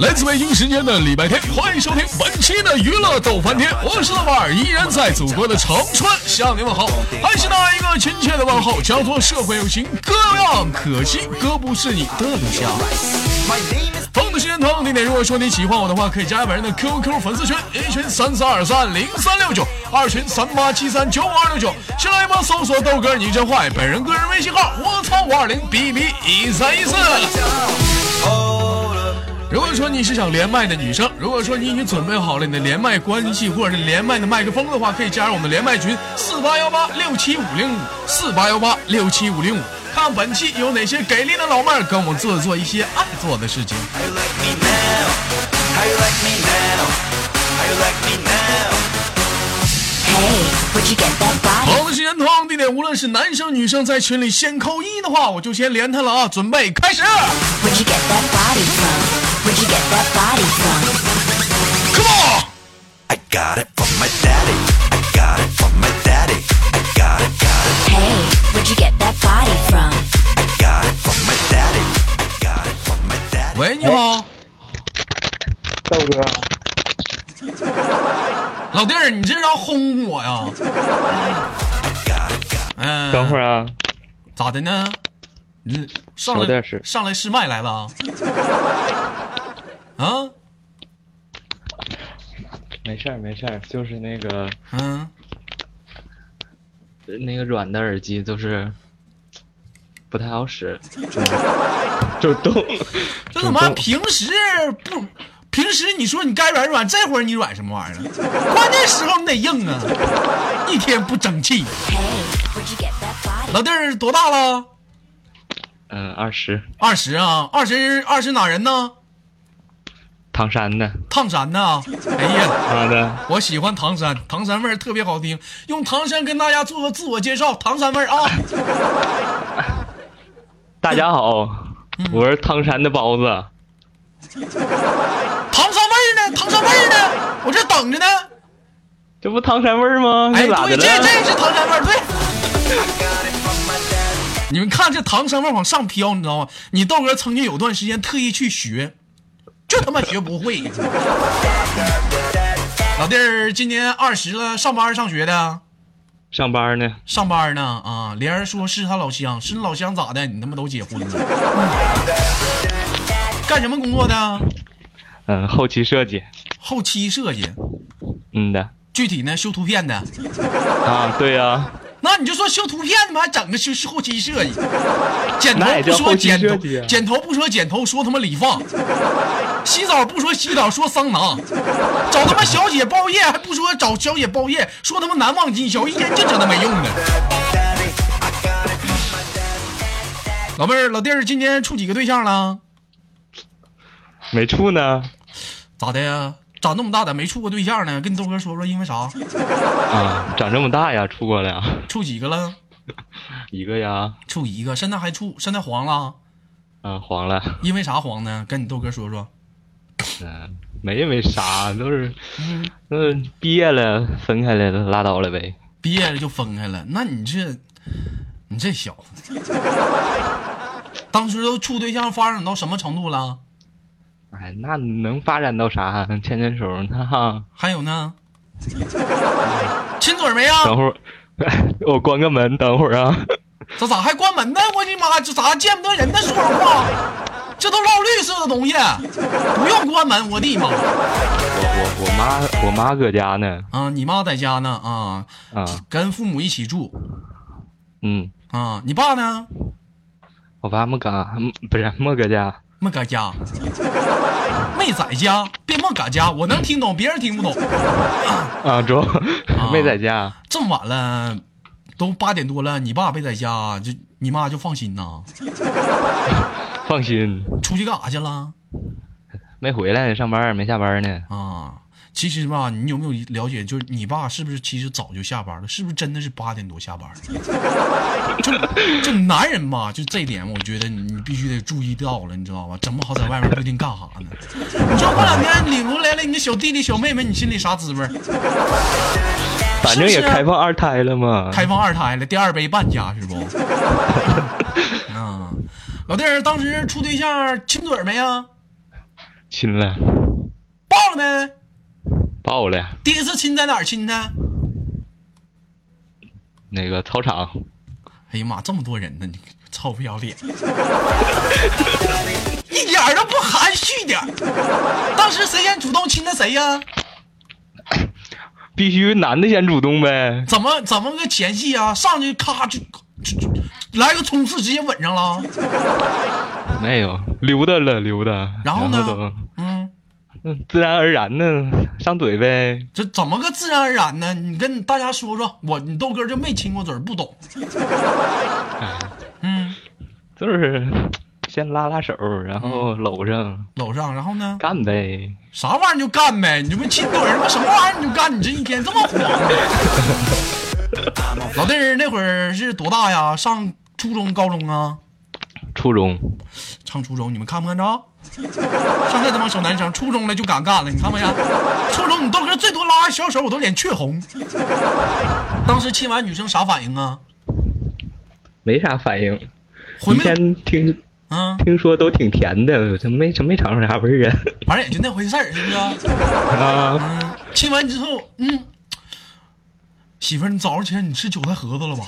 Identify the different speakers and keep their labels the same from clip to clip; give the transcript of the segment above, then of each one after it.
Speaker 1: 来自北京时间的礼拜天，欢迎收听本期的娱乐逗翻天，我是豆瓣儿，依然在祖国的长春向你问好，还是那一个亲切的问候，叫做社会有情哥让，可惜哥不是你的对象。同样的时间，同样的地点，如果说你喜欢我的话，可以加本人的 QQ 粉丝群，一群三三二三零三六九，二群三八七三九五二六九，新来一波搜索豆哥你真坏，本人个人微信号我操五二零 B B 一三一四。如果说你是想连麦的女生，如果说你已经准备好了你的连麦关系或者是连麦的麦克风的话，可以加入我们的连麦群四八幺八六七五零五四八幺八六七五零五，看本期有哪些给力的老妹儿跟我做做一些爱做的事情。好的时间，同样地点，无论是男生女生在群里先扣一的话，我就先连他了啊！准备开始。
Speaker 2: Where'd you get that body from? Where'd you get that body from?
Speaker 1: Come on！
Speaker 3: I got it from my daddy. I got it from my daddy. I got it, got it,
Speaker 2: Hey, where'd you get that body from?
Speaker 3: I got it from my daddy. I got it from my daddy.
Speaker 1: 喂，你好，
Speaker 4: 豆哥，
Speaker 1: 老弟儿，你这是要轰我呀？嗯、
Speaker 4: 等会儿啊，
Speaker 1: 咋的呢？你上
Speaker 4: 有
Speaker 1: 来
Speaker 4: 点事
Speaker 1: 上来试麦来了 啊？啊，
Speaker 4: 没事儿没事儿，就是那个
Speaker 1: 嗯，
Speaker 4: 那个软的耳机，就是不太好使， 就动。
Speaker 1: 这怎么平时不？平时你说你该软软，这会儿你软什么玩意儿？关键时候你得硬啊！一天不争气，
Speaker 2: Hey, where'd you get that body?
Speaker 1: 老弟儿多大了？
Speaker 4: 嗯，二十，
Speaker 1: 二十啊，二十二十哪人呢？
Speaker 4: 唐山的，
Speaker 1: 唐山呐！哎呀，
Speaker 4: 妈的，
Speaker 1: 我喜欢唐山，唐山味儿特别好听。用唐山跟大家做个自我介绍，唐山味儿啊！
Speaker 4: 大家好，我是唐山的包子，
Speaker 1: 唐山味儿呢？唐山味儿呢？我这等着呢。
Speaker 4: 这不唐山味儿吗？
Speaker 1: 哎，
Speaker 4: 这咋
Speaker 1: 对，
Speaker 4: 的
Speaker 1: 这
Speaker 4: 了？
Speaker 1: 这是唐山味儿，对。 你们看这唐山味儿往上飘，你知道吗？你豆哥曾经有段时间特意去学，就他妈学不会。 老弟儿今年二十了，上班上学的？
Speaker 4: 上班呢，
Speaker 1: 上班呢啊！莲儿说是他老乡，是你老乡咋的？你他妈都结婚了？嗯 干什么工作的？
Speaker 4: 嗯，后期设计，
Speaker 1: 后期设计，
Speaker 4: 嗯的，
Speaker 1: 具体呢修图片的。
Speaker 4: 啊，对呀、
Speaker 1: 那你就说修图片你们还整个修修后期 设计，剪头
Speaker 4: 那也
Speaker 1: 不
Speaker 4: 叫
Speaker 1: 说
Speaker 4: 后期
Speaker 1: 剪头
Speaker 4: 设计啊，
Speaker 1: 剪头不说剪头，说他妈理发； 洗澡不说洗澡，说桑拿；找他妈小姐包夜还不说找小姐包夜，说他妈难忘今宵，一天净整那没用的。老妹儿，老弟儿，今年处几个对象了？
Speaker 4: 没处呢，
Speaker 1: 咋的呀？长那么大咋没处过对象呢？跟豆哥说说，因为啥？
Speaker 4: 啊，长这么大呀，处过了呀，
Speaker 1: 处几个了？
Speaker 4: 一个呀，
Speaker 1: 处一个，现在还处，现在黄了，
Speaker 4: 嗯，黄了。
Speaker 1: 因为啥黄呢？跟你豆哥说说。
Speaker 4: 嗯，没没啥，都是，
Speaker 1: 嗯
Speaker 4: 都是毕业了，分开了，拉倒了呗。
Speaker 1: 毕业了就分开了，那你这，你这小子，当时都处对象发展到什么程度了？
Speaker 4: 哎，那能发展到啥？牵牵手，那
Speaker 1: 还有呢？亲嘴没啊？
Speaker 4: 等会儿， 我关个门，等会儿 啊。
Speaker 1: 这咋还关门呢？我的妈，这咋见不得人的说会话？这都唠绿色的东西，不用关门，我的妈！
Speaker 4: 我我我妈我妈搁家呢，
Speaker 1: 啊，你妈在家呢啊，
Speaker 4: 啊，
Speaker 1: 跟父母一起住
Speaker 4: 嗯，
Speaker 1: 啊，你爸呢？
Speaker 4: 我爸没搁，嗯不是没搁家，
Speaker 1: 没搁家，没在家，别没搁家，我能听懂，别人听不懂。
Speaker 4: 啊，主要
Speaker 1: 哦
Speaker 4: 没在家，
Speaker 1: 这么晚了，都八点多了，你爸没在家，就你妈就放心呐。
Speaker 4: 放心，
Speaker 1: 出去干啥去了
Speaker 4: 没回来，上班没下班呢。
Speaker 1: 啊？其实吧，你有没有了解？就是你爸是不是其实早就下班了？是不是真的是八点多下班？ 就就男人嘛，就这点，我觉得你你必须得注意到了，你知道吧？整不好在外面不一定干啥呢。你说过两天领回来了你的小弟弟小妹妹，你心里啥滋味儿？
Speaker 4: 反正
Speaker 1: 是
Speaker 4: 也
Speaker 1: 不是
Speaker 4: 开放二胎了嘛，
Speaker 1: 开放二胎了，第二杯半价是不？啊，老弟儿，当时处对象亲嘴没啊？
Speaker 4: 亲了，
Speaker 1: 抱了没？
Speaker 4: 抱了，
Speaker 1: 第一次亲在哪儿亲的？
Speaker 4: 那个操场，
Speaker 1: 哎呀妈，这么多人呢，你臭不要脸，一点儿都不含蓄点儿。当时谁先主动亲的谁呀？
Speaker 4: 必须男的先主动呗。
Speaker 1: 怎么怎么个前戏啊？上去咔就就就来个冲刺，直接吻上了。
Speaker 4: 没有，溜达了，溜达。
Speaker 1: 然后呢
Speaker 4: 都
Speaker 1: 嗯，
Speaker 4: 嗯自然而然的上嘴呗。
Speaker 1: 这怎么个自然而然呢？你跟大家说说，我你豆哥就没亲过嘴儿，不懂。嗯，
Speaker 4: 就是先拉拉手，然后
Speaker 1: 嗯
Speaker 4: 搂上
Speaker 1: 搂上，然后呢？
Speaker 4: 干呗。
Speaker 1: 啥玩意儿你就干呗，你这不亲嘴儿吗？什么玩意儿你就干？你这一天这么黄呢老弟儿那会儿是多大呀？上初中、高中啊？
Speaker 4: 初中
Speaker 1: 上初中，你们看不看着？像这他妈小男生，初中了就敢干了，你看没看？初中你豆哥最多拉个小手，我都脸血红。当时亲完女生啥反应啊？
Speaker 4: 没啥反应，
Speaker 1: 回
Speaker 4: 一
Speaker 1: 没
Speaker 4: 天听
Speaker 1: 啊？
Speaker 4: 听说都挺甜的，就没没尝出啥味儿啊。
Speaker 1: 反正也就那回事儿，是不是 啊？
Speaker 4: 啊，
Speaker 1: 嗯，亲完之后，嗯，媳妇儿，你早上起来你吃韭菜盒子了吧？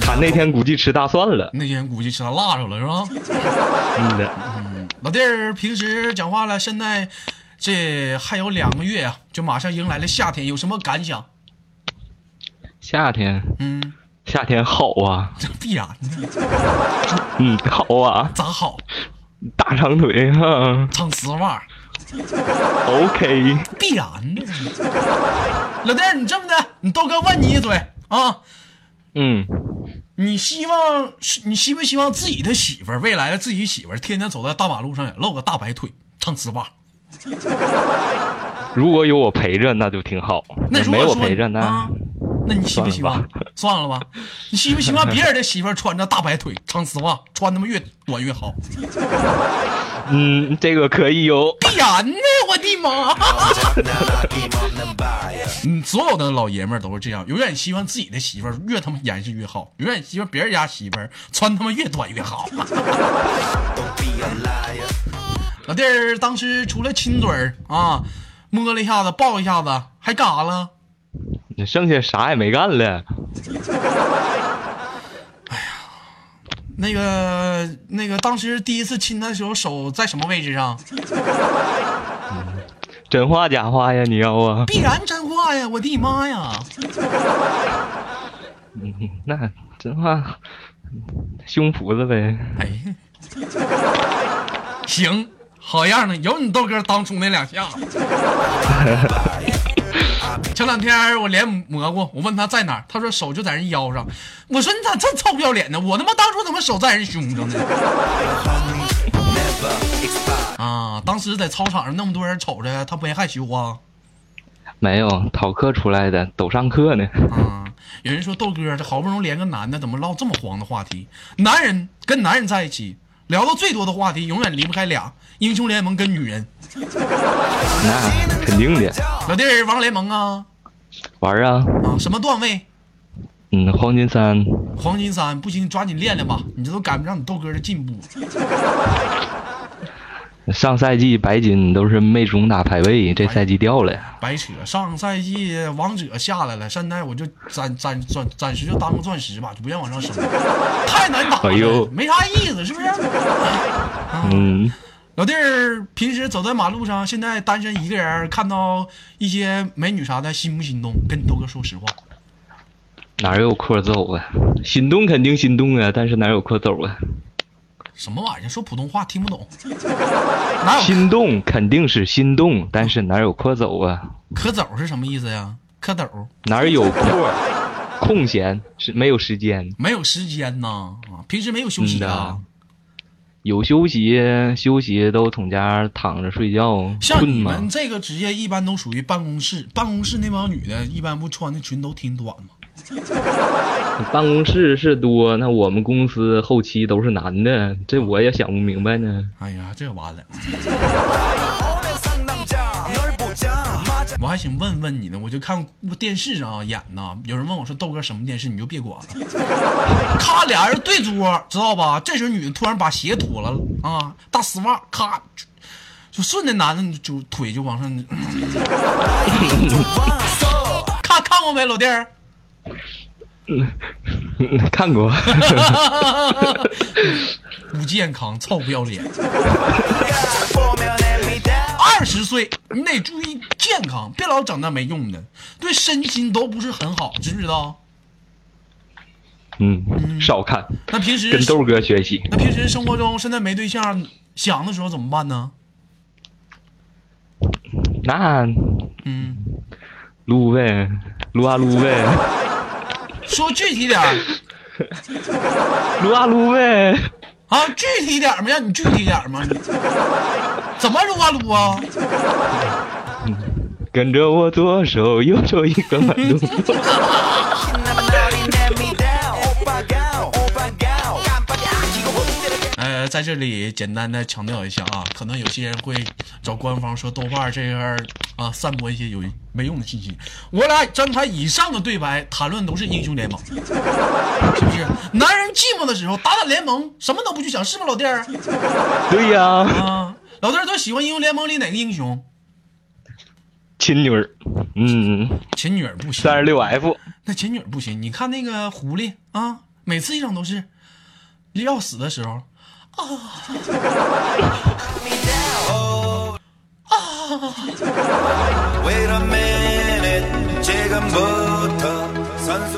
Speaker 4: 他那天估计吃大蒜了，
Speaker 1: 那天估计吃他辣着了是吧？
Speaker 4: 嗯的，
Speaker 1: 老弟儿平时讲话了，现在这还有两个月啊，就马上迎来了夏天，有什么感想？
Speaker 4: 夏天
Speaker 1: 嗯，
Speaker 4: 夏天好啊，
Speaker 1: 这必然的，
Speaker 4: 嗯好啊，
Speaker 1: 咋好？
Speaker 4: 大长腿哈、
Speaker 1: 长丝袜，
Speaker 4: o k
Speaker 1: 必然的。老弟儿，你这么的，你豆哥问你一嘴啊，
Speaker 4: 嗯，
Speaker 1: 你希望是你希不希望自己的媳妇儿，未来的自己媳妇儿，天天走在大马路上也露个大白腿，长丝袜？
Speaker 4: 如果有我陪着，那就挺好。
Speaker 1: 那如
Speaker 4: 没
Speaker 1: 果
Speaker 4: 我
Speaker 1: 说
Speaker 4: 陪着，那、
Speaker 1: 啊，那你希不希望
Speaker 4: 算了？
Speaker 1: 算了吧，你希不希望别人的媳妇儿穿着大白腿、长丝袜，穿他妈越短越好？
Speaker 4: 嗯，这个可以有。
Speaker 1: 必然呢！我的妈！嗯，所有的老爷们儿都是这样，永远希望自己的媳妇儿越他妈严实越好，永远希望别人家媳妇儿穿他妈越短越好。老弟儿当时除了亲嘴儿啊，摸了一下子，抱一下子，还干啥了？
Speaker 4: 剩下啥也没干了，
Speaker 1: 那个那个，当时第一次亲的时候，手在什么位置上？
Speaker 4: 真话假话呀？你要啊？
Speaker 1: 必然真话呀！我的妈呀！
Speaker 4: 嗯，那真话，胸脯子呗。
Speaker 1: 哎， 行，好样的，有你豆哥当初那两下。 前两天我脸蘑菇，我问他在哪儿，他说手就在人腰上。我说你咋这臭不要脸呢？我他妈当初怎么手在人胸上呢？ 啊，当时在操场上那么多人瞅着，他没害羞啊。
Speaker 4: 没有，逃课出来的，都上课呢。
Speaker 1: 啊，有人说豆哥啊这好不容易连个男的，怎么唠这么黄的话题？男人跟男人在一起聊到最多的话题，永远离不开俩：英雄联盟跟女人。
Speaker 4: 那肯定的，
Speaker 1: 老弟儿，王者联盟啊
Speaker 4: 玩儿啊。
Speaker 1: 啊，什么段位？
Speaker 4: 嗯，黄金三，
Speaker 1: 黄金三，不行，抓紧练练吧，你这都赶不上你豆哥的进步。
Speaker 4: 上赛季白金都是妹中打排位，这赛季掉了。
Speaker 1: 白扯，上赛季王者下来了，现在我就暂暂暂暂时就当个钻石吧，就不愿往上升，太难打了，
Speaker 4: 哎呦
Speaker 1: 没啥意思，是不是？
Speaker 4: 嗯，
Speaker 1: 老弟儿平时走在马路上，现在单身一个人儿，看到一些美女啥的，心不心动？跟你豆哥说实话，
Speaker 4: 哪有空揍啊？心动肯定心动啊，但是哪有空揍啊？
Speaker 1: 什么玩意儿？说普通话听不懂，哪有
Speaker 4: 心动肯定是心动，但是哪有空走啊？
Speaker 1: 可走是什么意思呀？可走
Speaker 4: 哪有空儿？空闲是没有时间，
Speaker 1: 没有时间呐，啊，平时没有休息啊
Speaker 4: 嗯。有休息休息都捅家躺着睡觉，
Speaker 1: 像
Speaker 4: 困
Speaker 1: 你
Speaker 4: 吗
Speaker 1: 们？这个职业，一般都属于办公室，办公室那帮女的，一般不穿的裙都挺短吗？
Speaker 4: 办公室是多，那我们公司后期都是男的，这我也想不 明白呢。
Speaker 1: 哎呀，这完了。我还想问问你呢，我就看电视上啊演呐，有人问我说豆哥什么电视，你就别管了。 咔，俩人对桌，知道吧？这时候女的突然把鞋脱了啊，大丝袜，咔，就就顺着男的就腿就往上， 看看过没，老弟儿？
Speaker 4: 看过，
Speaker 1: 不健康，操不要脸。
Speaker 3: 보면 애미다
Speaker 1: 二十岁，你得注意健康，别老整那没用的，对身心都不是很好，知不知道？
Speaker 4: 嗯，少看，
Speaker 1: 那平时
Speaker 4: 跟豆哥学习。
Speaker 1: 那平时生活中现在没对象，想的时候怎么办呢？
Speaker 4: 那
Speaker 1: 嗯，
Speaker 4: 撸呗，撸啊 撸呗，
Speaker 1: 说具体点儿
Speaker 4: 撸啊撸呗，
Speaker 1: 啊，具体点儿嘛，让你具体点儿嘛，怎么撸啊撸啊？
Speaker 4: 跟着我左手右手一个 慢动作。
Speaker 3: 머리 애미다 오빠가 오빠가 깜빡이고 혼자
Speaker 1: 呃，在这里简单的强调一下啊，可能有些人会找官方说豆瓣儿这样啊，散播一些有没用的信息。我俩站台以上的对白谈论都是英雄联盟，是不是？男人寂寞的时候打打联盟，什么都不去想，是吗，老弟儿？
Speaker 4: 对呀、
Speaker 1: 啊，老弟儿都喜欢英雄联盟里哪个英雄？
Speaker 4: 亲女儿，嗯，
Speaker 1: 秦女儿不行，
Speaker 4: 三十六 F，
Speaker 1: 那秦女儿不行，你看那个狐狸啊，每次一整都是要死的时候啊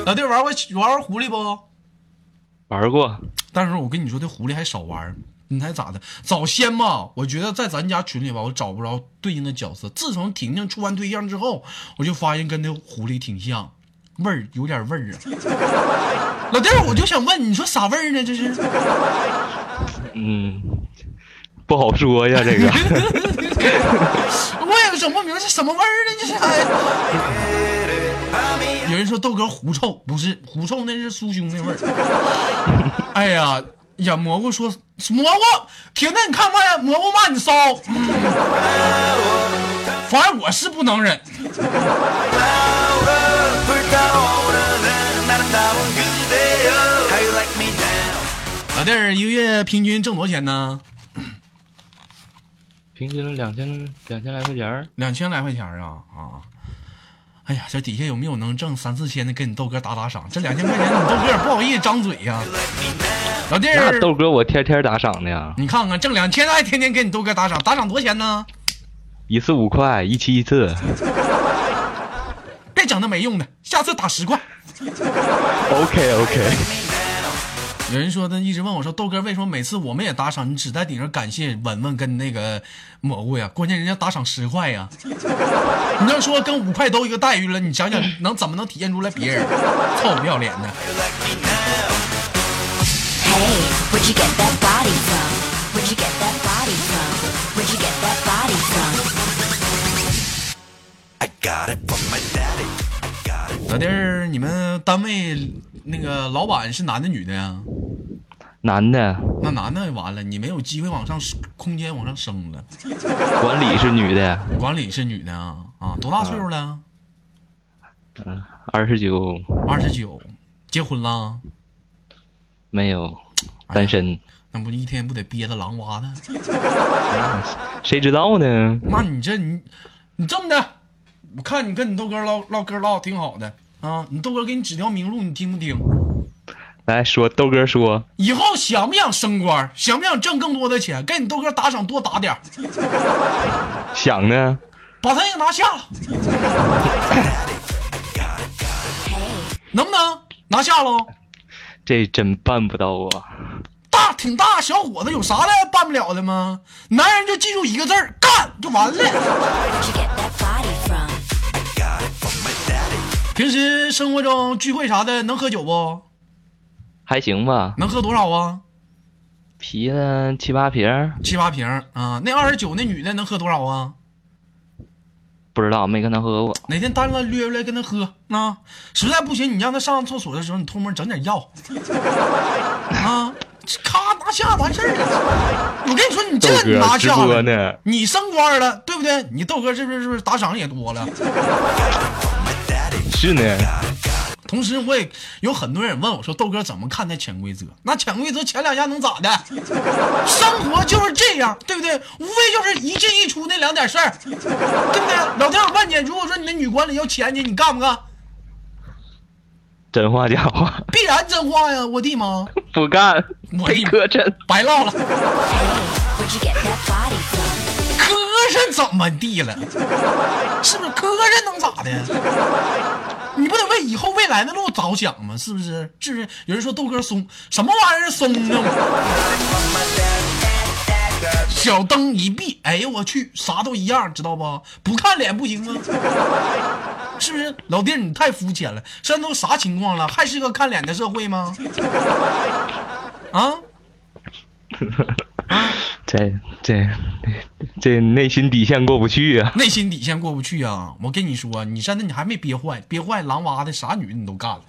Speaker 1: 老弟儿玩过玩过狐狸不？
Speaker 4: 玩过，
Speaker 1: 但是我跟你说，这狐狸还少玩儿，你猜咋的？早先吧，我觉得在咱家群里吧，我找不着对应的角色。自从婷婷处完对象之后，我就发现跟那狐狸挺像，味儿有点味儿啊。 老弟儿，我就想问，你说啥味儿呢？这是？
Speaker 4: 嗯，不好说呀，这个
Speaker 1: 我也整不明白是什么味儿呢？这是？哎、有人说豆哥狐臭，不是狐臭，那是酥胸那味儿。 哎呀，呀蘑菇说蘑菇，婷婷你看不看蘑菇骂你骚？嗯反正我是不能忍。
Speaker 3: 불타오르 불타오르는 아름다운 그대여 How you like me now
Speaker 1: 老弟儿一个月平均挣多少钱呢？
Speaker 4: 平均两千两千来块钱儿，
Speaker 1: 两千来块钱儿啊啊！哎呀，这底下有没有能挣三四千的，给你豆哥打打赏？这两千块钱你豆哥也不好意思张嘴呀、老弟儿
Speaker 4: 那，豆哥我天天打赏的呀，
Speaker 1: 你看看挣两千还天天给你豆哥打赏，打赏多少钱呢？
Speaker 4: 一次五块，一期一次，
Speaker 1: 别整那没用的，下次打十块。
Speaker 4: OK OK，
Speaker 1: 有人说他一直问我说豆哥为什么每次我们也打赏，你只在顶上感谢文文跟那个蘑菇呀？关键人家打赏十块呀，你要说跟五块都一个待遇了，你想想能怎么能体现出来别人？臭不要脸的！
Speaker 2: Hey, where'd you get that body from? Where'd you get that body from? Where'd you get that body from?
Speaker 3: I got it from my daddy I got it
Speaker 1: 老弟儿，你们单位那个老板是男的女的呀？
Speaker 4: 男的，
Speaker 1: 那男的完了，你没有机会往上空间往上升了。
Speaker 4: 管理是女的，
Speaker 1: 管理是女的啊啊，多大岁数了？
Speaker 4: 二十九
Speaker 1: 二十九，结婚了？
Speaker 4: 没有，单身，
Speaker 1: 那不一天不得憋着狼哇的？
Speaker 4: 谁知道呢？
Speaker 1: 那你这你你这么的，我看你跟你豆哥唠唠嗑唠挺好的啊，你豆哥给你指条明路，你听不听？
Speaker 4: 来说豆哥说，
Speaker 1: 以后想不想升官？想不想挣更多的钱？给你豆哥打赏多打点儿，
Speaker 4: 想呢，
Speaker 1: 把他也拿下了，能不能拿下喽？
Speaker 4: 这真办不到啊。
Speaker 1: 大挺大小伙子有啥的办不了的吗？男人就记住一个字儿干就完了。
Speaker 2: Where'd you get that body from?
Speaker 1: 平时生活中聚会啥的能喝酒不？
Speaker 4: 还行吧，
Speaker 1: 能喝多少啊？
Speaker 4: 啤了七八瓶儿，
Speaker 1: 七八瓶儿啊。那二十九那女的能喝多少啊？
Speaker 4: 不知道没跟他喝过。
Speaker 1: 哪天单了约出来跟他喝啊，实在不行你让他上厕所的时候你 偷摸整点药啊，咔拿下完事儿了。我跟你说，你
Speaker 4: 豆
Speaker 1: 这你
Speaker 4: 哥
Speaker 1: 拿
Speaker 4: 直
Speaker 1: 下
Speaker 4: 播
Speaker 1: 了
Speaker 4: 呢
Speaker 1: 你升官了，对不对？你豆哥是不是是不是打赏也多了？
Speaker 4: 是呢，
Speaker 1: 同时，我也有很多人问我说，豆哥怎么看待潜规则？那潜规则前两下能咋的？ 生活就是这样，对不对？无非就是一进一出那两点事儿，对不对？老弟，我问你，如果说你的女管理要钱你，你干不干？
Speaker 4: 真话假话，
Speaker 1: 必然真话呀！我的妈，
Speaker 4: 不干，
Speaker 1: 我
Speaker 4: 被
Speaker 1: 一
Speaker 4: 磕碜。
Speaker 1: 白唠了。
Speaker 2: Where'd you get that body from?
Speaker 1: 磕碜怎么地了？是不是磕碜能咋的？你不得为以后未来的路着想吗？是不是？是不是？有人说豆哥松，什么玩意儿松啊呢？小灯一闭，哎呦我去，啥都一样，知道吧？不看脸不行啊，是不是？老弟，你太肤浅了，现在都啥情况了，还是个看脸的社会吗？啊？
Speaker 4: 这这这内心底线过不去啊呀、
Speaker 1: 内心底线过不去啊！我跟你说，你现在你还没憋坏，憋坏狼娃的啥女的你都干了。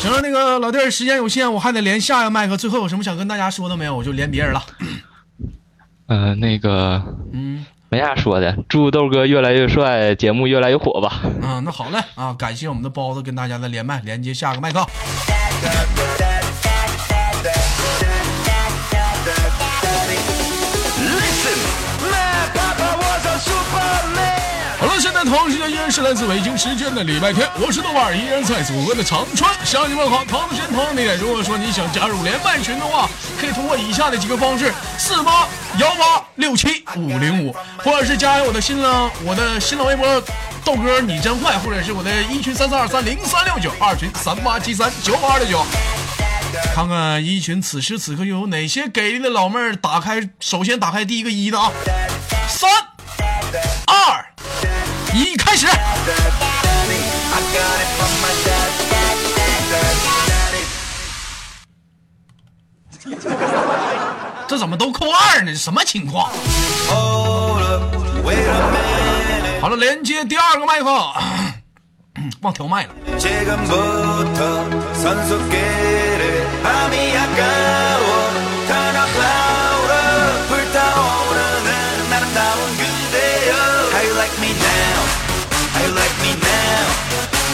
Speaker 1: 行了，那个老弟儿，时间有限，我还得连下一个麦克。最后有什么想跟大家说的没有？我就连别人了。
Speaker 4: 呃，那个
Speaker 1: 嗯
Speaker 4: 没啥说的，祝豆哥越来越帅，节目越来越火吧。
Speaker 1: 啊，那好嘞啊，感谢我们的包子跟大家的连麦，连接下个麦克。好了，现在同样时间依然是来自北京时间的礼拜天，我是豆瓣儿，依然在祖国的长春向你问好。同样的时间同样地点，如果说你想加入连麦群的话，可以通过以下的几个方式：四八幺八六七五零五，或者是加入我的新浪我的新浪微博豆哥你真坏，或者是我的一群三三二三零三六九，二群三八七三九八二六九。看看一群此时此刻又有哪些给力的老妹儿打开，首先打开第一个一的啊，三二。一开始。这怎么都扣二呢？什么情况？好了，连接第二个麦克， 忘调麦了。
Speaker 5: 지금부터 선수끼리 밤이 아까워 타나플라우라 불타오르는 아름다운 그대여 How you like me now? How you like me now?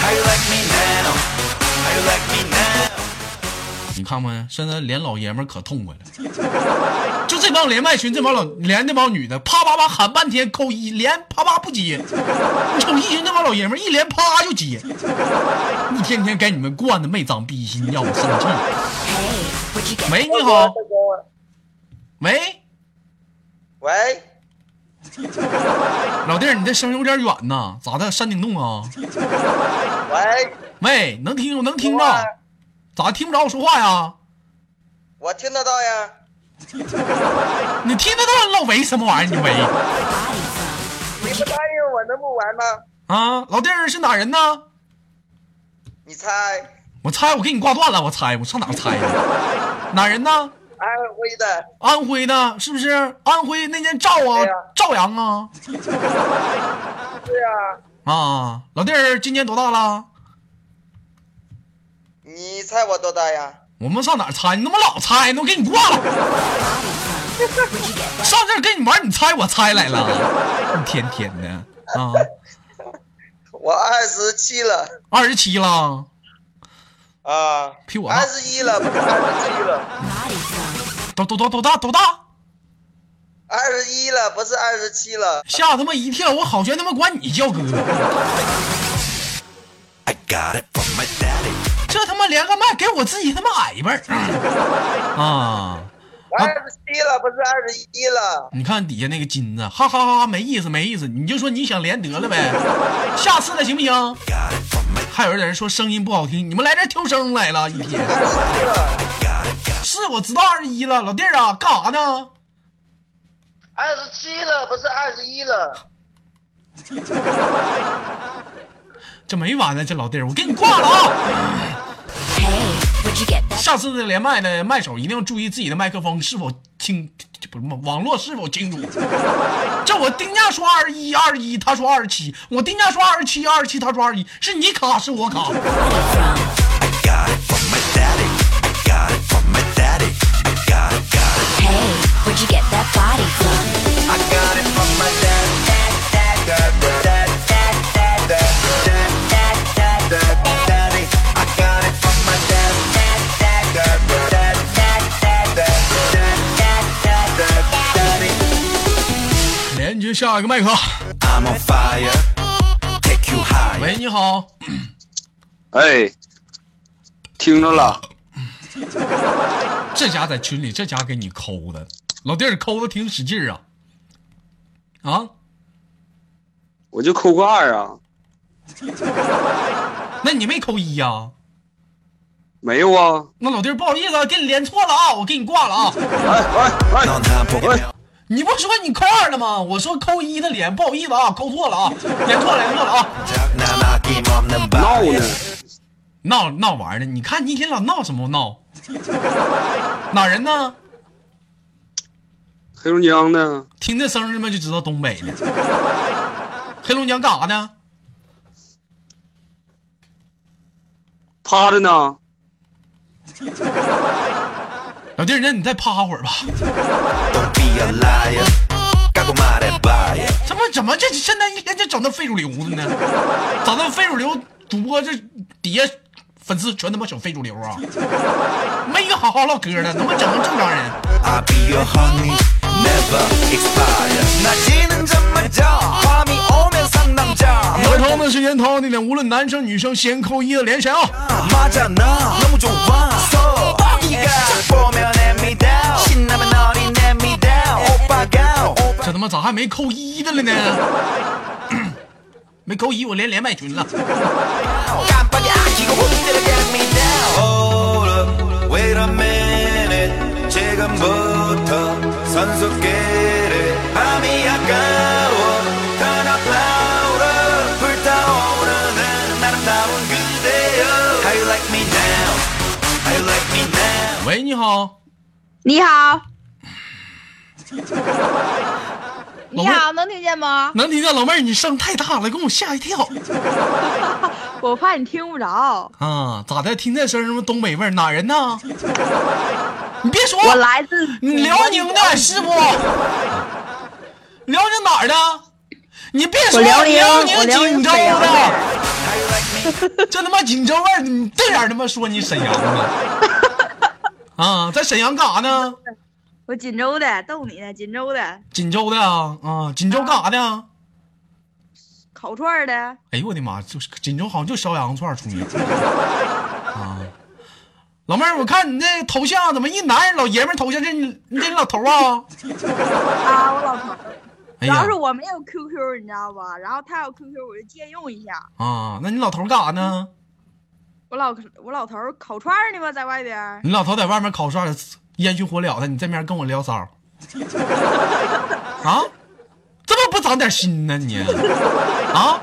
Speaker 5: How you like me now? How you like me now?
Speaker 1: 你看没？现在连老爷们儿可痛快了， 就这帮连麦群这帮老连那帮女的，啪啪啪喊半天扣一，连啪啪不接。你瞅一群那帮老爷们儿一连啪就接，一天天给你们惯的没长逼心，让我生气。
Speaker 2: Hey, where'd you get
Speaker 1: 喂，你好，喂，
Speaker 6: 喂，
Speaker 1: 老弟儿，你这声有点远呐，咋的？山顶洞啊？
Speaker 6: 喂，
Speaker 1: 喂，能听能听着
Speaker 6: 喂？
Speaker 1: 咋听不着我说话呀？
Speaker 6: 我听得到呀。
Speaker 1: 你听得到你老喂什么玩意儿？你喂
Speaker 2: body from?
Speaker 6: 你不答应我能不玩吗？
Speaker 1: 啊？老弟儿是哪人呢？
Speaker 6: 你猜？
Speaker 1: 我猜我给你挂断了，我猜我上哪儿猜呀？哪人呢？
Speaker 6: 安徽哎的，
Speaker 1: 安徽的，是不是？安徽那年赵啊
Speaker 6: 对呀，
Speaker 1: 赵阳啊
Speaker 6: 对啊。
Speaker 1: 啊！老弟儿今年多大了？
Speaker 6: 你猜我多大呀？
Speaker 1: 我们上哪儿猜？你他妈老猜，那我给你挂了。上这儿跟你玩，你猜我猜来了，一天天的啊，
Speaker 6: 我二十七了
Speaker 1: 二十七了，
Speaker 6: 啊，
Speaker 1: 比我大
Speaker 6: 二十一了，不是二十七了，
Speaker 2: Body from?
Speaker 1: 都都都都大都大，
Speaker 6: 二十一了，不是二十七了。
Speaker 1: 吓他妈一跳！我好悬他妈管你叫哥，
Speaker 3: I got it from my daddy.
Speaker 1: 这他妈连个麦给我自己他妈挨辈儿啊！
Speaker 6: 二十七了，不是二十一了。
Speaker 1: 你看底下那个金子，哈哈哈哈，没意思，没意思，你就说你想连得了呗，下次了行不行？
Speaker 3: Got it from my
Speaker 1: 还有人在这说声音不好听，你们来这儿挑声来了，一天。
Speaker 6: 二十七了，
Speaker 3: got it. Got
Speaker 1: 是我知道二十一了，老弟儿啊，干啥呢？
Speaker 6: 二十七了，不是二十一了。
Speaker 1: 这没完呢，这老弟儿，我给你挂了啊！
Speaker 2: Hey, where'd you get that?
Speaker 1: 下次的连麦呢，麦手一定要注意自己的麦克风是否清，不是网络是否清楚。这我定价说二十一，二十一，他说二十七，我定价说二十七，二十七，他说二十一，是你卡是我卡？
Speaker 2: Body from? body from?
Speaker 5: I got it from my dad. Dad, dad, dad, dad, dad, dad, dad, dad, dad, dad, dad, daddy. I got it from my dad. Dad, dad, dad, dad, dad, dad, dad, dad, dad, dad, daddy.
Speaker 1: 连接下一个麦克。
Speaker 3: I'm on fire. Take you high.
Speaker 1: 喂，你好，
Speaker 7: 哎，听着了，
Speaker 1: 这家在群里，这家给你抠的，老弟儿抠的挺使劲儿啊，啊，
Speaker 7: 我就扣个二啊，
Speaker 1: 那你没抠一呀、
Speaker 7: 没有啊，
Speaker 1: 那老弟儿不好意思，啊，给你连错了啊，我给你挂了啊。
Speaker 7: 哎哎哎，
Speaker 1: 你不说你扣二了吗？我说扣一的连，不好意思啊，扣错了啊，连错了，连错了啊。
Speaker 7: 闹呢，
Speaker 1: 闹闹玩儿呢，你看你一天老闹什么闹？哪人呢？
Speaker 7: 黑龙江的，
Speaker 1: 听这声儿嘛就知道东北的。黑龙江干啥呢？
Speaker 7: 趴着呢，
Speaker 1: 老弟儿，那你再趴会儿吧。
Speaker 3: Don't be a liar. Cagomare buyer.
Speaker 1: 怎么怎么这现在一天就整那非主流的呢？整那非主流主播这底下粉丝全他妈整非主流啊，没一个好好唠嗑的，能不能整成正常人？
Speaker 3: I'll be your honey. Never expire. 나 지는 점마저 밤이 오면 상남자.
Speaker 1: 来涛呢是间涛的脸，无论男生女生，先扣一的连谁啊？
Speaker 3: 맞아 나 너무 좋아 So 이가 보면 hand me down 신나면 어린 hand me down 오빠가
Speaker 1: 这他妈咋还没扣一的了呢？没扣一，我连连麦群了。
Speaker 3: 깜빡이 안 켜고 혼자를 get me down
Speaker 5: Hold up, wait a minute. 지금부터 선수끼리 밤이 아까워 Turn up louder 불타오르는 아름다운 그대여 How you like me now? How you like me now?
Speaker 1: 喂，你好，
Speaker 8: 你好，
Speaker 1: 老
Speaker 8: 你
Speaker 1: 妹儿
Speaker 8: 好，能听见吗？
Speaker 1: 能听见老妹儿，你声太大了，给我吓一跳
Speaker 8: 我怕你听不着。
Speaker 1: 啊！咋的？听这声儿什么东北味儿？哪人呢？你别说，
Speaker 8: 我来自
Speaker 1: 你辽宁的是不？辽宁哪儿的？你别说，
Speaker 8: 我辽宁
Speaker 1: 辽
Speaker 8: 我辽宁
Speaker 1: 锦州
Speaker 8: 沈阳
Speaker 1: 的，这他妈锦州味儿，你这样他妈说你沈阳 的啊？在沈阳干啥呢？
Speaker 8: 我锦州的，逗你呢，锦州的，
Speaker 1: 锦州的啊，啊，锦州干啥的啊？
Speaker 8: 烤串儿的，
Speaker 1: 哎呦我的妈，就是锦州好像就烧羊肉串儿出名 啊。老妹儿，我看你这头像怎么一男人老爷们儿头像，这你你这老头啊？
Speaker 8: 啊，我老头儿。
Speaker 1: 哎
Speaker 8: 主要
Speaker 1: 呀
Speaker 8: 是我没有 QQ，你知道吧？然后他有 QQ，我就借用一下。
Speaker 1: 啊，那你老头干啥呢？
Speaker 8: 我老我老头儿烤串儿呢嘛，在外边儿。
Speaker 1: 你老头在外面烤串儿，烟熏火燎的，你这面跟我聊骚儿，啊？这么不长点心呢你？啊？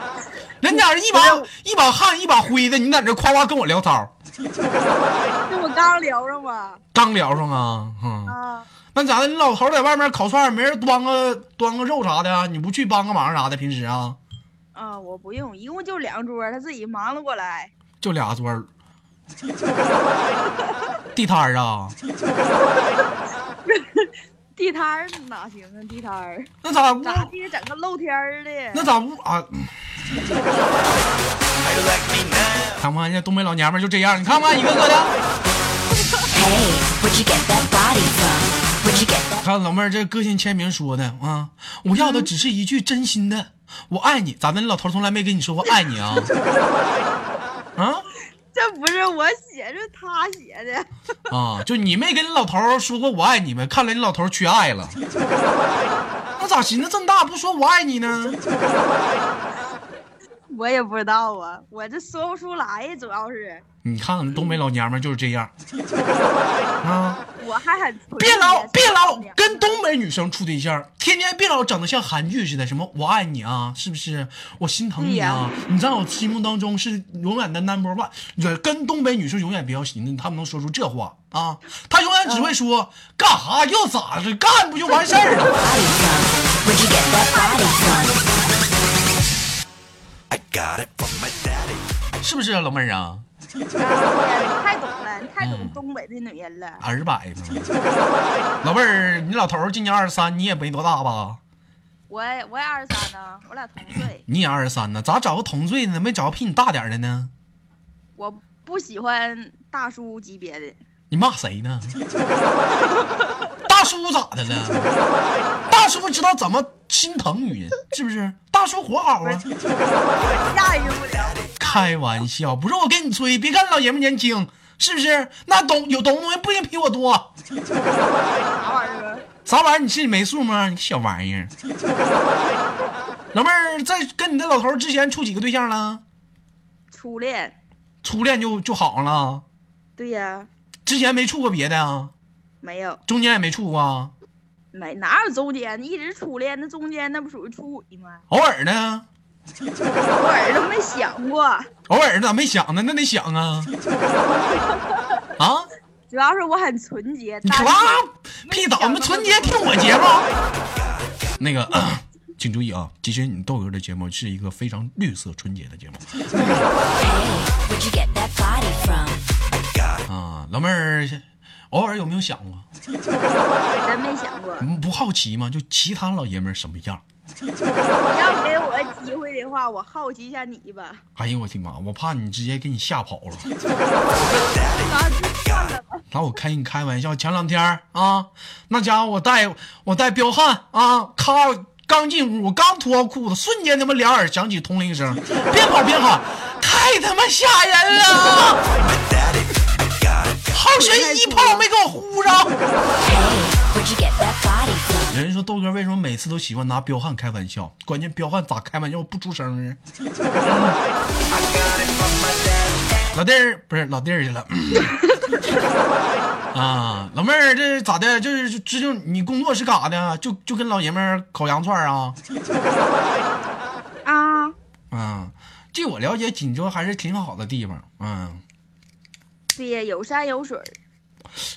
Speaker 1: 人家是一把一把汗一把灰的，你在这夸夸跟我聊骚儿，
Speaker 8: 这不刚聊上吗？
Speaker 1: 刚聊上啊？嗯，
Speaker 8: 啊，
Speaker 1: 那咋的？你老头在外面烤串儿，没人端个端个肉啥的、啊你不去帮个忙啥的？平时啊，
Speaker 8: 啊，我不用，一共就两桌，他自己忙了过来。
Speaker 1: 就俩桌儿，地摊儿啊？
Speaker 8: 地摊儿哪行啊？地摊儿啊
Speaker 1: 那咋不？
Speaker 8: 咋地整个露天儿的？
Speaker 1: 那咋不啊？看不看人家东北老娘们儿就这样？你看不看一个个的？
Speaker 2: Hey, where'd you get that body from? Where'd you get that?
Speaker 1: 看老妹儿这个性签名说的啊，我要的只是一句真心的“我爱你”。咋的？你老头从来没跟你说过爱你啊？啊
Speaker 8: 这不是我写，这是他写的。
Speaker 1: 啊！就你没跟你老头说过“我爱你”呗？看来你老头缺爱了。那咋寻思这么大不说我爱你呢？
Speaker 8: 我也不知道啊，我这说不出来，主要是
Speaker 1: 你看看东北老娘们儿就是这样啊！
Speaker 8: 我还很纯洁
Speaker 1: 别老别老
Speaker 8: 是吧
Speaker 1: 跟东北女生处对象，天天别老整的像韩剧似的，什么我爱你啊，是不是？我心疼你啊，你在我心目当中是永远的 number one。你跟东北女生永远不要寻思，他们能说出这话啊？她永远只会说、干哈要咋的，干不就完事儿了？
Speaker 2: Body from? Where'd you get that body from?
Speaker 3: I got it from my daddy
Speaker 1: 是不是啊老妹儿啊？
Speaker 8: 哎你太懂了，你太
Speaker 1: 嗯
Speaker 8: 懂东北的女人了。
Speaker 1: 二百呢。老妹儿，你老头儿今年二十三，你也没多大吧？
Speaker 8: 我也我也二十三呢，我俩同岁。
Speaker 1: 你也二十三呢，咋找个同岁呢？没找个比你大点儿的呢？
Speaker 8: 我不喜欢大叔级别的，
Speaker 1: 你骂谁呢？大叔咋的了？大叔知道怎么心疼女人，是不是？大叔活好啊！
Speaker 8: 驾驭不了。
Speaker 1: 开玩笑，不是我给你吹，别看老爷们年轻，是不是？那懂有懂的人不一定比我多。
Speaker 8: 啥玩意儿？
Speaker 1: 啥玩意儿？你心里没数吗？你小玩意儿！老妹儿，在跟你的老头儿之前处几个对象了？
Speaker 8: 初恋。
Speaker 1: 初恋就就好上了，
Speaker 8: 对呀、
Speaker 1: 之前没处过别的啊，
Speaker 8: 没有
Speaker 1: 中间也没处过啊，
Speaker 8: 没哪有中间，一直初恋，那中间那不属于处女吗？
Speaker 1: 偶尔呢，
Speaker 8: 偶尔都没想过，
Speaker 1: 偶尔咋没想呢？那得想啊，啊，
Speaker 8: 主要是我很纯洁。
Speaker 1: 你
Speaker 8: 单
Speaker 1: 拉
Speaker 8: 纯
Speaker 1: 屁倒，我们纯洁听我节目。那个， 请注意啊，其实你豆哥的节目是一个非常绿色纯洁的节目
Speaker 2: Hey, where'd you get that body from?
Speaker 1: 啊，老妹儿，偶尔有没有想过？
Speaker 8: 真没想过。
Speaker 1: 你们不好奇吗？就其他老爷们儿什么样？
Speaker 8: 你要给我个机会的话，我好奇一下你吧。
Speaker 1: 哎呦我的妈！我怕你直接给你吓跑了。
Speaker 8: 啊，就算了吧。
Speaker 1: 拿我开你开玩笑，前两天儿啊，那家伙我带我带彪悍啊，咔刚进屋，我刚脱裤子，瞬间他妈两耳响起通铃声，边跑边喊，太他妈吓人了！好悬一炮没给我呼上。
Speaker 2: Hey, where'd you get that body from?
Speaker 1: 人家说豆哥为什么每次都喜欢拿彪悍开玩笑？关键彪悍咋开玩笑不出声呢？ 老弟儿不是老弟儿去了。 啊，老妹儿，这咋的？这是这就你工作是干啥的？啊就就跟老爷们儿烤羊串啊？
Speaker 8: 啊，
Speaker 1: 嗯，据我了解，锦州还是挺好的地方。嗯，
Speaker 8: 对呀，有山有水儿，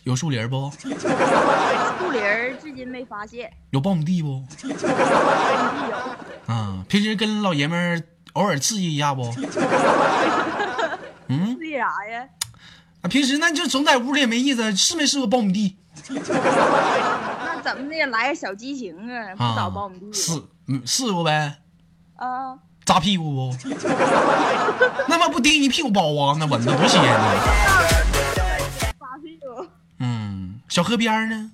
Speaker 1: 有树林儿不？
Speaker 8: 树林儿至今没发现。
Speaker 1: 有苞米地不？ 啊，平时跟老爷们儿偶尔刺激一下不？
Speaker 8: 为啥呀？
Speaker 1: 啊，平时那就总在屋里也没意思，是没试过苞米地
Speaker 8: 那怎么的也来个小激情啊？不
Speaker 1: 啊？
Speaker 8: 找苞米地了
Speaker 1: 试嗯试过呗，
Speaker 8: 啊？
Speaker 1: 扎屁股不？ 那么不叮一屁股包啊？那蚊子多鲜呢。
Speaker 8: 发屁股
Speaker 1: 嗯，小河边儿呢？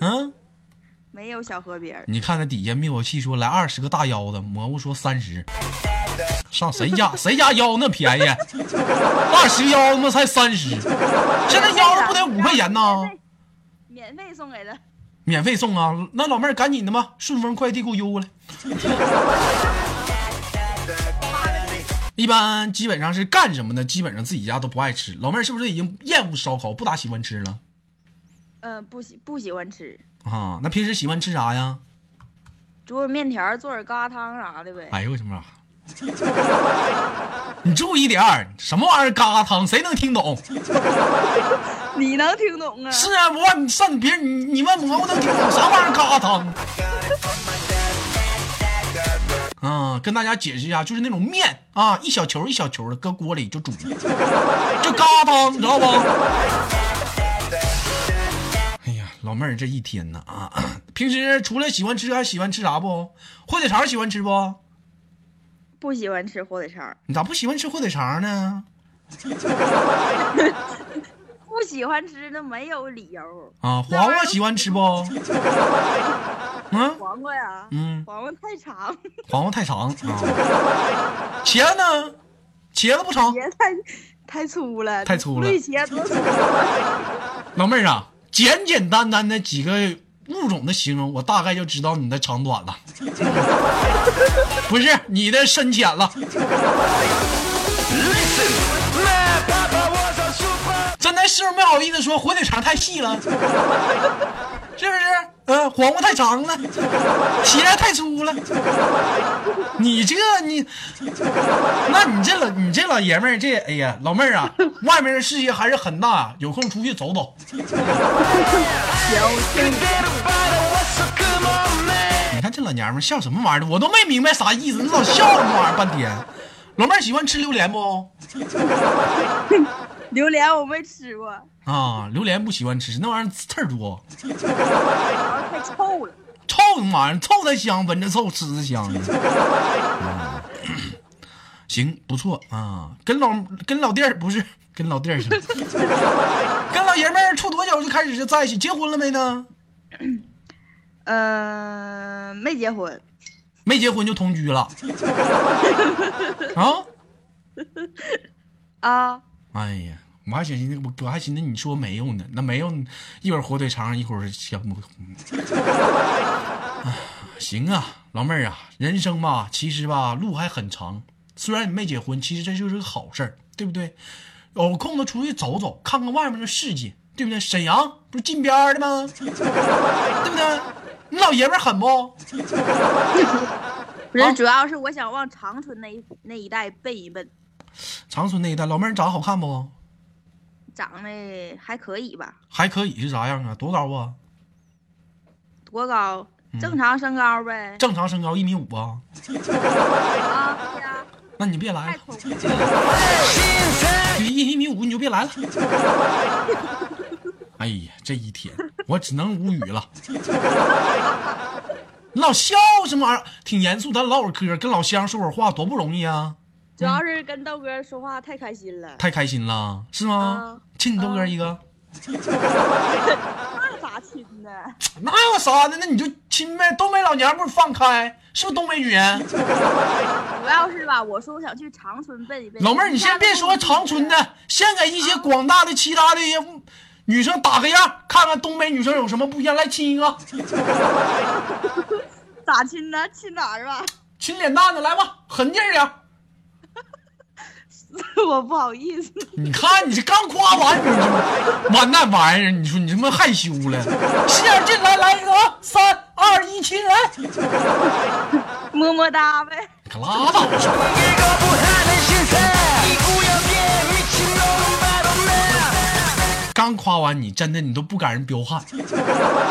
Speaker 1: 嗯，
Speaker 8: 没有小河边儿，
Speaker 1: 你看那底下灭火器说来二十个大腰子，蘑菇说三十，上谁家谁家腰那便宜？二十个腰他妈才三十，现在腰子不得五块钱呢？
Speaker 8: 免费送给他。
Speaker 1: 免费送啊！那老妹儿赶紧的吧，顺丰快递给我邮过来。 一般基本上是干什么呢？基本上自己家都不爱吃。老妹儿是不是已经厌恶烧烤，不咋喜欢吃了
Speaker 8: 嗯，不喜不喜欢吃
Speaker 1: 啊？那平时喜欢吃啥呀？
Speaker 8: 煮点面条儿，做点疙瘩汤啥的呗。
Speaker 1: 哎呦我的妈！ 你注意点儿，什么玩意儿疙瘩汤，谁能听懂？
Speaker 8: 你能听懂啊？
Speaker 1: 是啊，我问你上你别人，你你问蘑菇能听懂啥玩意儿疙瘩汤？啊，跟大家解释一下，就是那种面啊，一小球一小球的，搁锅里就煮，就疙瘩汤，你知道不？哎呀，老妹儿这一天呐啊，平时除了喜欢吃，还喜欢吃啥不？火腿肠喜欢吃不？
Speaker 8: 不喜欢吃火腿肠儿，
Speaker 1: 你咋不喜欢吃火腿肠呢？
Speaker 8: 不喜欢吃那没有理由。
Speaker 1: 啊，
Speaker 8: 那
Speaker 1: 黄
Speaker 8: 玩意儿
Speaker 1: 瓜喜欢吃不？嗯
Speaker 8: 黄瓜呀，
Speaker 1: 嗯，
Speaker 8: 黄瓜太长，
Speaker 1: 黄瓜太长啊。茄子呢？茄子不长。
Speaker 8: 别太太粗了，
Speaker 1: 太粗了
Speaker 8: 对茄多粗啊！
Speaker 1: 老妹儿啊，简简单单的几个物种的形容，我大概就知道你的长短了，不是你的深浅了。真的是没好意思说火腿肠太细了，是不是？嗯、黄瓜太长了，茄子太粗了。你这你，那你这老你这老爷们儿这哎呀，老妹儿啊，外面的世界还是很大，有空出去走走。哎你看这老娘们儿笑什么玩意儿？我都没明白啥意思，你老笑什么玩意儿半天？老妹儿喜欢吃榴莲不？
Speaker 8: 榴莲我没吃过，
Speaker 1: 啊，榴莲不喜欢吃，那玩意儿刺儿多，
Speaker 8: 太臭了。
Speaker 1: 臭他妈的，臭才香，闻着臭，吃着香。嗯 行，不错啊，跟老跟老弟儿不是跟老弟儿似的， 跟老爷们儿处多久就开始就在一起，结婚了没呢？
Speaker 8: 嗯、没结婚，
Speaker 1: 没结婚就同居了 啊？
Speaker 8: 啊，
Speaker 1: 哎呀，我还寻思我我还寻思你说没有呢，那没有一会儿火腿肠，一会儿香不？唉行啊，老妹儿啊，人生吧，其实吧，路还很长。虽然你没结婚，其实这就是个好事儿，对不对？有空了出去走走，看看外面的世界，对不对？沈阳不是近边儿的吗？对不对？你老爷们儿狠不？
Speaker 8: 不是，
Speaker 1: 啊
Speaker 8: 主要是我想往长春那一那一带奔一奔，
Speaker 1: 长春那一带，老妹儿长得好看不？
Speaker 8: 长得还可以吧？
Speaker 1: 还可以是啥样啊？多高啊？
Speaker 8: 多高？正常身高呗。
Speaker 1: 嗯正常身高一米五啊？
Speaker 8: 啊，对呀，
Speaker 1: 那你别来
Speaker 8: 太
Speaker 1: 了，
Speaker 8: 空了。
Speaker 1: 你一一米五你就别来了。 哎呀，这一天我只能无语了。你老笑什么玩意儿？挺严肃，咱唠会儿嗑，跟老乡说会儿话，多不容易啊！
Speaker 8: 主要是跟豆哥说话太开心了，
Speaker 1: 太开心了，是吗
Speaker 8: 啊？
Speaker 1: 亲你豆哥一个，
Speaker 8: 那咋亲呢？
Speaker 1: 那有啥的？那你就亲呗。东北老娘们儿放开，是不是东北女人？
Speaker 8: 主要是吧，我说我想去长春奔一奔。
Speaker 1: 老妹儿，你先别说长春的，先给一些广大的其他的一些女生打个样，看看东北女生有什么不一样。来亲一个，
Speaker 8: 咋亲呢？亲哪儿啊？
Speaker 1: 亲脸蛋子，来吧，狠劲儿点儿。
Speaker 8: 我不好意思，
Speaker 1: 你看，你这刚夸完，你这完那玩意儿，你说你他妈害羞了，使点劲，来来一个啊，三二一，亲来，
Speaker 8: 么么哒呗。
Speaker 1: 可拉倒吧！
Speaker 3: 하는 신세 이 구역에 미친 놈은 바로 나
Speaker 1: 刚夸完你，真的你都不敢人彪悍，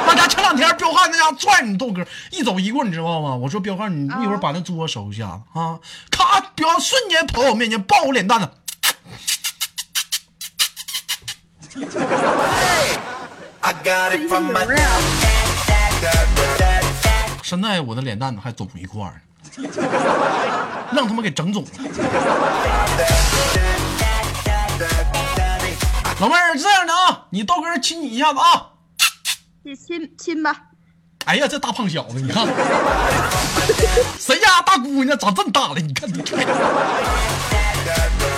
Speaker 1: 那家前两天彪悍那家拽你豆哥一走一过，你知道吗？我说彪悍，你一会儿把那桌收一下啊！咔，彪悍瞬间跑我面前抱我脸蛋子，
Speaker 5: I got it from my dad, dad, dad, dad.
Speaker 1: 现在我的脸蛋子还肿一块儿呢， 让他们给整肿了。老妹儿是这样的啊，你豆哥亲你一下子啊！
Speaker 8: 亲亲亲吧，
Speaker 1: 哎呀，这大胖小子，你看，谁家大姑娘长这么大了？你看，你看。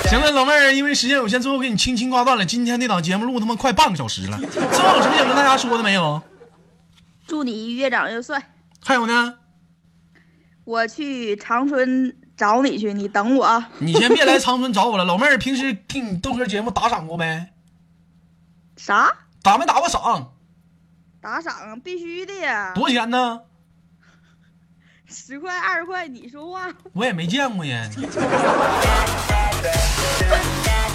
Speaker 1: 行了，老妹儿，因为时间有限，最后给你轻轻挂断了。今天这档节目录他妈快半个小时了，最后有什么想跟大家说的没有？
Speaker 8: 祝你越长越帅。
Speaker 1: 还有呢？
Speaker 8: 我去长春找你去，你等我啊。
Speaker 1: 你先别来长春找我了，老妹儿平时听你豆哥节目打赏过没？
Speaker 8: 啥？
Speaker 1: 打没打过赏？
Speaker 8: 打赏啊必须的呀，
Speaker 1: 多少钱呢？
Speaker 8: 十块二十块，你说话。
Speaker 1: 我也没见过呀。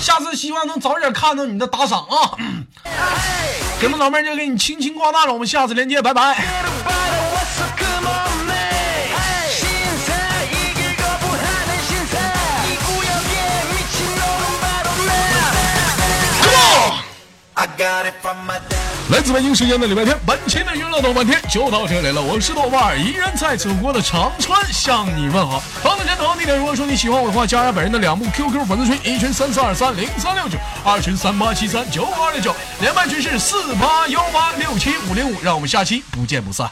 Speaker 1: 下次希望能早点看到你的打赏啊！咱们老妹儿就给你轻轻挂断了，我们下次连接，拜拜。
Speaker 3: 바라왔어 끊임없네 신세 이길 거부하는 신세 이 구역에 미친 놈은 바로 나
Speaker 5: I got it from my dad.
Speaker 1: 来自北京时间的礼拜天，本期的娱乐豆瓣天就到这里了。我是豆瓣儿，依然在祖国的长春向你问好。同样的时间，同样地点，如果说你喜欢我的话，加入本人的两部 QQ 粉丝群，一群三四二三零三六九，二群三八七三九五二六九，连麦群是四八幺八六七五零五。让我们下期不见不散。